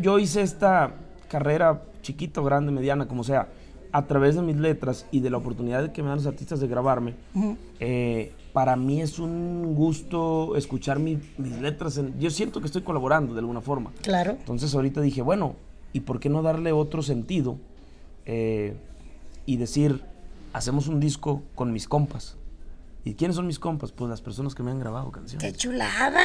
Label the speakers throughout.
Speaker 1: yo hice esta carrera chiquita, grande, mediana, como sea, a través de mis letras y de la oportunidad que me dan los artistas de grabarme, eh, para mí es un gusto escuchar mi- mis letras. en- yo siento que estoy colaborando de alguna forma.
Speaker 2: Claro.
Speaker 1: Entonces ahorita dije, bueno, ¿y por qué no darle otro sentido eh, y decir, hacemos un disco con mis compas? ¿Y quiénes son mis compas? Pues las personas que me han grabado canciones.
Speaker 2: ¡Qué chulada!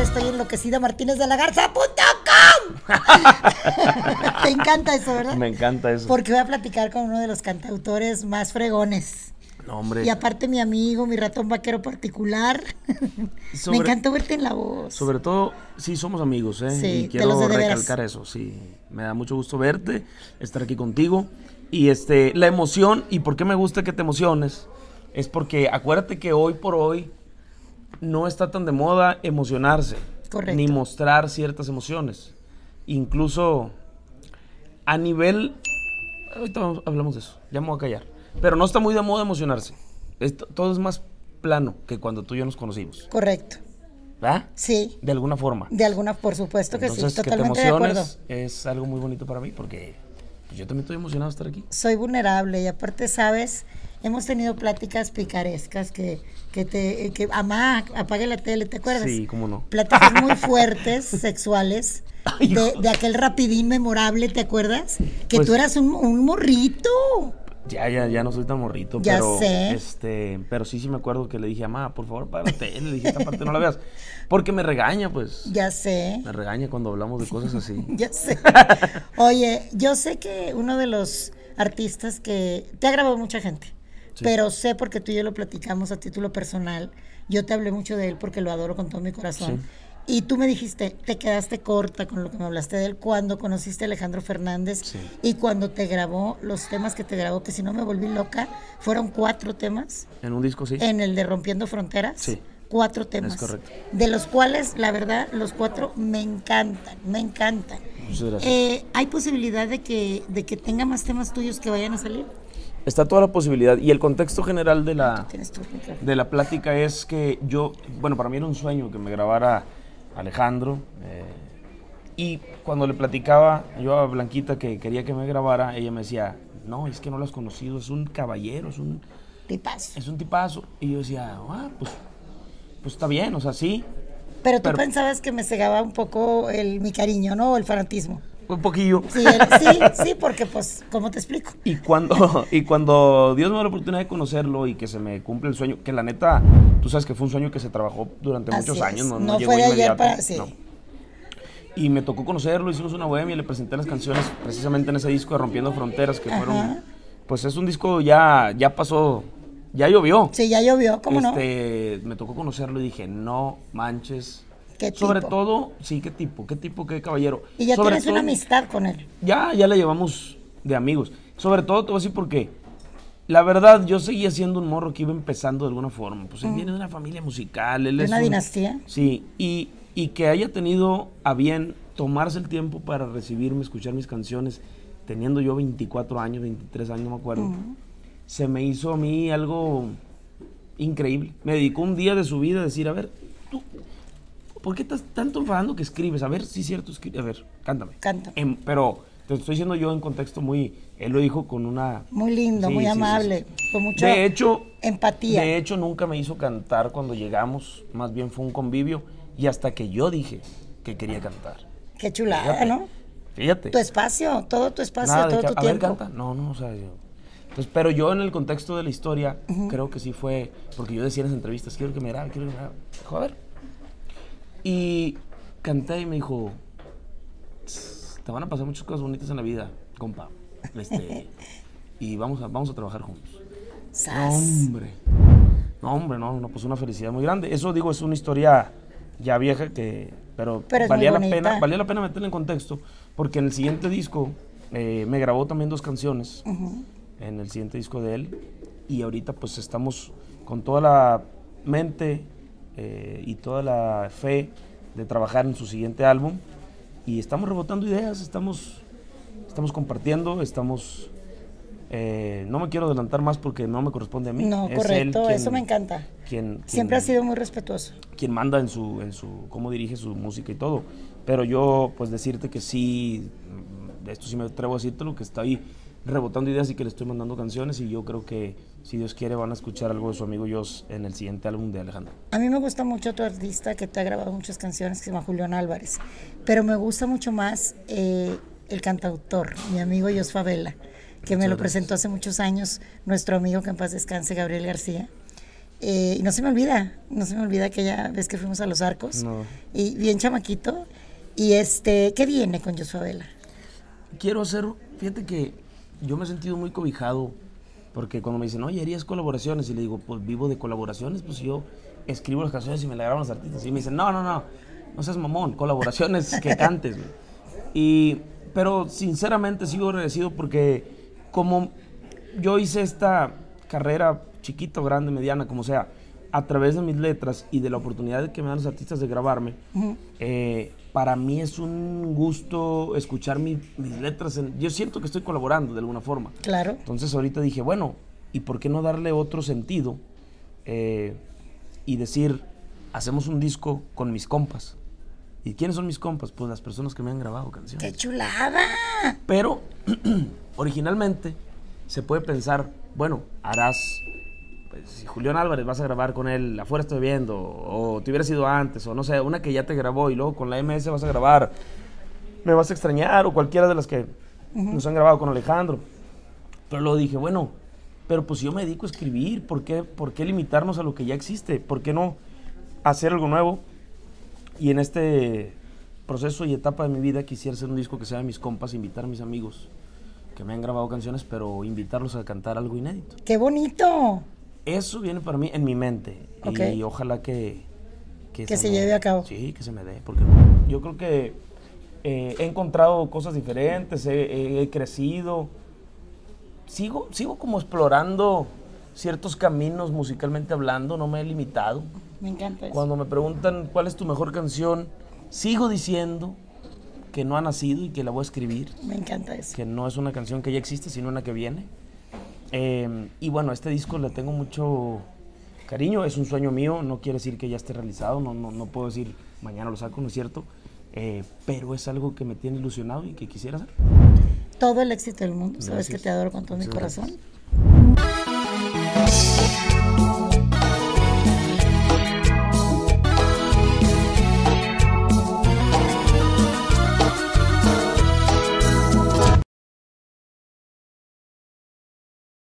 Speaker 2: Estoy enloquecida, Martínez de la Garza.com. Te encanta eso, ¿verdad?
Speaker 1: Me encanta eso.
Speaker 2: Porque voy a platicar con uno de los cantautores más fregones.
Speaker 1: No, hombre.
Speaker 2: Y aparte mi amigo, mi ratón vaquero particular.
Speaker 1: Sobre-
Speaker 2: Me encantó verte en la voz.
Speaker 1: Sobre todo, sí, somos amigos, ¿eh?
Speaker 2: Sí,
Speaker 1: y
Speaker 2: de
Speaker 1: quiero
Speaker 2: los de de veras.
Speaker 1: recalcar eso, sí. Me da mucho gusto verte, estar aquí contigo. Y este, la emoción, y por qué me gusta que te emociones, es porque acuérdate que hoy por hoy no está tan de moda emocionarse.
Speaker 2: Correcto.
Speaker 1: Ni mostrar ciertas emociones. Incluso a nivel... Ahorita vamos- hablamos de eso, ya me voy a callar. Pero no está muy de moda emocionarse. Esto- todo es más plano que cuando tú y yo nos conocimos.
Speaker 2: Correcto.
Speaker 1: ¿Verdad?
Speaker 2: Sí.
Speaker 1: De alguna forma.
Speaker 2: De alguna, por supuesto que
Speaker 1: Entonces,
Speaker 2: sí,
Speaker 1: que te
Speaker 2: totalmente de acuerdo.
Speaker 1: emociones es algo muy bonito para mí porque pues, yo también estoy emocionado de estar aquí.
Speaker 2: Soy vulnerable y aparte, sabes, hemos tenido pláticas picarescas que, que te, eh, que, amá, apague la tele, ¿te acuerdas?
Speaker 1: Sí, cómo no.
Speaker 2: Pláticas muy fuertes, sexuales.
Speaker 1: Ay,
Speaker 2: De,
Speaker 1: hijo.
Speaker 2: de aquel rapidín memorable, ¿te acuerdas? Que
Speaker 1: Pues-
Speaker 2: tú eras un, un morrito.
Speaker 1: Ya, ya, ya no soy tan morrito,
Speaker 2: Ya
Speaker 1: pero
Speaker 2: sé.
Speaker 1: este, pero sí sí me acuerdo que le dije, "Mamá, por favor, para la tele", le dije, "Esta parte no la veas", porque me regaña, pues.
Speaker 2: Ya sé.
Speaker 1: Me regaña cuando hablamos de cosas así.
Speaker 2: Ya sé. Oye, yo sé que uno de los artistas que te ha grabado mucha gente,
Speaker 1: Sí.
Speaker 2: pero sé porque tú y yo lo platicamos a título personal. Yo te hablé mucho de él porque lo adoro con todo mi corazón.
Speaker 1: Sí.
Speaker 2: Y tú me dijiste, te quedaste corta con lo que me hablaste de él cuando conociste a Alejandro Fernández
Speaker 1: Sí.
Speaker 2: y cuando te grabó los temas que te grabó, que si no me volví loca, fueron cuatro temas
Speaker 1: En un disco sí.
Speaker 2: en el de Rompiendo Fronteras.
Speaker 1: Sí.
Speaker 2: Cuatro temas.
Speaker 1: correcto.
Speaker 2: De los cuales, la verdad, los cuatro me encantan, me encantan.
Speaker 1: Muchas gracias.
Speaker 2: Eh, ¿Hay posibilidad de que, de que tenga más temas tuyos que vayan a salir?
Speaker 1: Está toda la posibilidad y el contexto general de la
Speaker 2: Tienes tu micrófono.
Speaker 1: de la plática es que yo, bueno, para mí era un sueño que me grabara Alejandro. eh, y cuando le platicaba yo a Blanquita que quería que me grabara, ella me decía, no, es que no lo has conocido, es un caballero, es un,
Speaker 2: Tipazo.
Speaker 1: es un tipazo. Y yo decía, ah, pues, pues está bien, o sea, sí,
Speaker 2: Pero tú
Speaker 1: pero-
Speaker 2: pensabas que me cegaba un poco el, mi cariño, ¿no? El fanatismo.
Speaker 1: un poquillo.
Speaker 2: Sí, el- sí, sí, porque pues, ¿cómo te explico?
Speaker 1: Y cuando, y cuando Dios me dio la oportunidad de conocerlo y que se me cumple el sueño, que la neta, tú sabes que fue un sueño que se trabajó durante
Speaker 2: Así
Speaker 1: muchos
Speaker 2: es.
Speaker 1: años, no,
Speaker 2: No
Speaker 1: No llegó
Speaker 2: fue de ayer
Speaker 1: inmediato,
Speaker 2: para- sí.
Speaker 1: no. Y me tocó conocerlo, hicimos una bohemia, le presenté las canciones precisamente en ese disco de Rompiendo Fronteras, que
Speaker 2: Ajá.
Speaker 1: fueron, pues es un disco ya, ya pasó, ya llovió.
Speaker 2: Sí, ya llovió, ¿cómo
Speaker 1: Este, Me tocó conocerlo y dije, no manches.
Speaker 2: ¿Qué
Speaker 1: Sobre
Speaker 2: tipo?
Speaker 1: todo, sí, qué tipo, qué tipo, qué caballero.
Speaker 2: no? Y ya
Speaker 1: Sobre
Speaker 2: tienes una
Speaker 1: todo-
Speaker 2: amistad con él.
Speaker 1: ya, ya la llevamos de amigos. Sobre todo, te voy a decir por qué. La verdad, yo seguía siendo un morro que iba empezando de alguna forma. Pues él viene de una familia musical. Él
Speaker 2: ¿De
Speaker 1: es
Speaker 2: una
Speaker 1: un-
Speaker 2: dinastía?
Speaker 1: Sí, y, y que haya tenido a bien tomarse el tiempo para recibirme, escuchar mis canciones, teniendo yo 24 años, 23 años, no me acuerdo. Se me hizo a mí algo increíble. Me dedicó un día de su vida a decir, a ver, tú, ¿por qué estás tanto enfadando que escribes? A ver, sí es cierto, escri- a ver, cántame.
Speaker 2: Cántame.
Speaker 1: En- pero te estoy diciendo yo en contexto muy, él lo dijo con una...
Speaker 2: Muy lindo,
Speaker 1: Sí,
Speaker 2: muy
Speaker 1: sí, sí,
Speaker 2: amable,
Speaker 1: sí.
Speaker 2: con mucha
Speaker 1: de hecho,
Speaker 2: empatía.
Speaker 1: de hecho, nunca me hizo cantar cuando llegamos, más bien fue un convivio, y hasta que yo dije que quería cantar.
Speaker 2: Qué chulada,
Speaker 1: Fíjate.
Speaker 2: Ah, ¿no?
Speaker 1: Fíjate.
Speaker 2: Tu espacio, todo tu espacio,
Speaker 1: Nada de
Speaker 2: todo
Speaker 1: que,
Speaker 2: tu
Speaker 1: a ver,
Speaker 2: tiempo.
Speaker 1: canta. No, no, o sea, yo- Entonces, pero yo en el contexto de la historia, creo que sí fue, porque yo decía en las entrevistas, quiero que me grabe, quiero que me grabe. Dijo, a ver. Y canté y me dijo, "Tss, te van a pasar muchas cosas bonitas en la vida, compa. Este, y vamos a, vamos a trabajar juntos. No,
Speaker 2: Sas.
Speaker 1: hombre. No, hombre, no, no, pues una felicidad muy grande. Eso digo, es una historia ya vieja que. Pero,
Speaker 2: Pero es muy
Speaker 1: valía la
Speaker 2: bonita.
Speaker 1: pena, valía la pena meterla en contexto. Porque en el siguiente disco eh, me grabó también dos canciones. En el siguiente disco de él. Y ahorita pues estamos con toda la mente eh, y toda la fe de trabajar en su siguiente álbum. Y estamos rebotando ideas, estamos, estamos compartiendo, estamos... eh, no me quiero adelantar más porque no me corresponde a mí.
Speaker 2: No,
Speaker 1: Es él
Speaker 2: correcto,
Speaker 1: quien-
Speaker 2: eso me encanta.
Speaker 1: quien- quien-
Speaker 2: Siempre ha sido muy respetuoso.
Speaker 1: quien manda en su, en su, cómo dirige su música y todo. Pero yo, pues decirte que sí, mm, esto sí me atrevo a decírtelo, que está ahí rebotando ideas y que le estoy mandando canciones y yo creo que, si Dios quiere, van a escuchar algo de su amigo Jos en el siguiente álbum de Alejandro.
Speaker 2: A mí me gusta mucho otro artista que te ha grabado muchas canciones que se llama Julián Álvarez, pero me gusta mucho más eh, el cantautor, mi amigo Jos Favela,
Speaker 1: Muchas
Speaker 2: que me lo
Speaker 1: gracias.
Speaker 2: presentó hace muchos años nuestro amigo que en paz descanse, Gabriel García. Eh, y no se me olvida, no se me olvida aquella vez que fuimos a Los Arcos,
Speaker 1: No.
Speaker 2: y bien chamaquito. Y este, ¿qué viene con Jos Favela?
Speaker 1: Quiero hacer, fíjate que yo me he sentido muy cobijado porque cuando me dicen, oye, harías colaboraciones y le digo, pues vivo de colaboraciones, pues yo escribo las canciones y me la graban los artistas y me dicen, no, no, no, no seas mamón, colaboraciones que cantes. güey". Y, pero sinceramente sigo agradecido porque como yo hice esta carrera chiquito, grande, mediana, como sea, a través de mis letras y de la oportunidad que me dan los artistas de grabarme, eh, para mí es un gusto escuchar mi- mis letras. en- yo siento que estoy colaborando de alguna forma.
Speaker 2: Claro.
Speaker 1: Entonces ahorita dije, bueno, ¿y por qué no darle otro sentido eh, y decir, hacemos un disco con mis compas? ¿Y quiénes son mis compas? Pues las personas que me han grabado canciones.
Speaker 2: ¡Qué chulada!
Speaker 1: Pero originalmente se puede pensar, bueno, harás, pues, si Julián Álvarez vas a grabar con él, afuera estoy viendo, o te hubieras ido antes, o no sé, una que ya te grabó y luego con la MS vas a grabar, me vas a extrañar, o cualquiera de las que nos han grabado con Alejandro. Pero luego dije, bueno, pero pues yo me dedico a escribir, ¿por qué, por qué limitarnos a lo que ya existe? ¿Por qué no hacer algo nuevo? Y en este proceso y etapa de mi vida quisiera hacer un disco que sea de mis compas, invitar a mis amigos que me han grabado canciones, pero invitarlos a cantar algo inédito.
Speaker 2: ¡Qué bonito!
Speaker 1: Eso viene para mí en mi mente y
Speaker 2: Ok.
Speaker 1: ojalá que...
Speaker 2: Que se
Speaker 1: me-
Speaker 2: lleve a cabo.
Speaker 1: Sí, que se me dé, porque no. yo creo que eh, he encontrado cosas diferentes, he, he- he crecido, sigo, sigo como explorando ciertos caminos musicalmente hablando, no me he limitado.
Speaker 2: Me encanta eso.
Speaker 1: Cuando me preguntan cuál es tu mejor canción, sigo diciendo que no ha nacido y que la voy a escribir,
Speaker 2: Me encanta eso.
Speaker 1: que no es una canción que ya existe, sino una que viene. Eh, y bueno, este disco le tengo mucho cariño, es un sueño mío, no quiere decir que ya esté realizado, no, no, no puedo decir mañana lo saco, no es cierto, Eh, pero es algo que me tiene ilusionado y que quisiera hacer.
Speaker 2: Todo el éxito del mundo,
Speaker 1: Gracias.
Speaker 2: sabes que te adoro con todo mi
Speaker 1: Muchas
Speaker 2: corazón.
Speaker 1: gracias.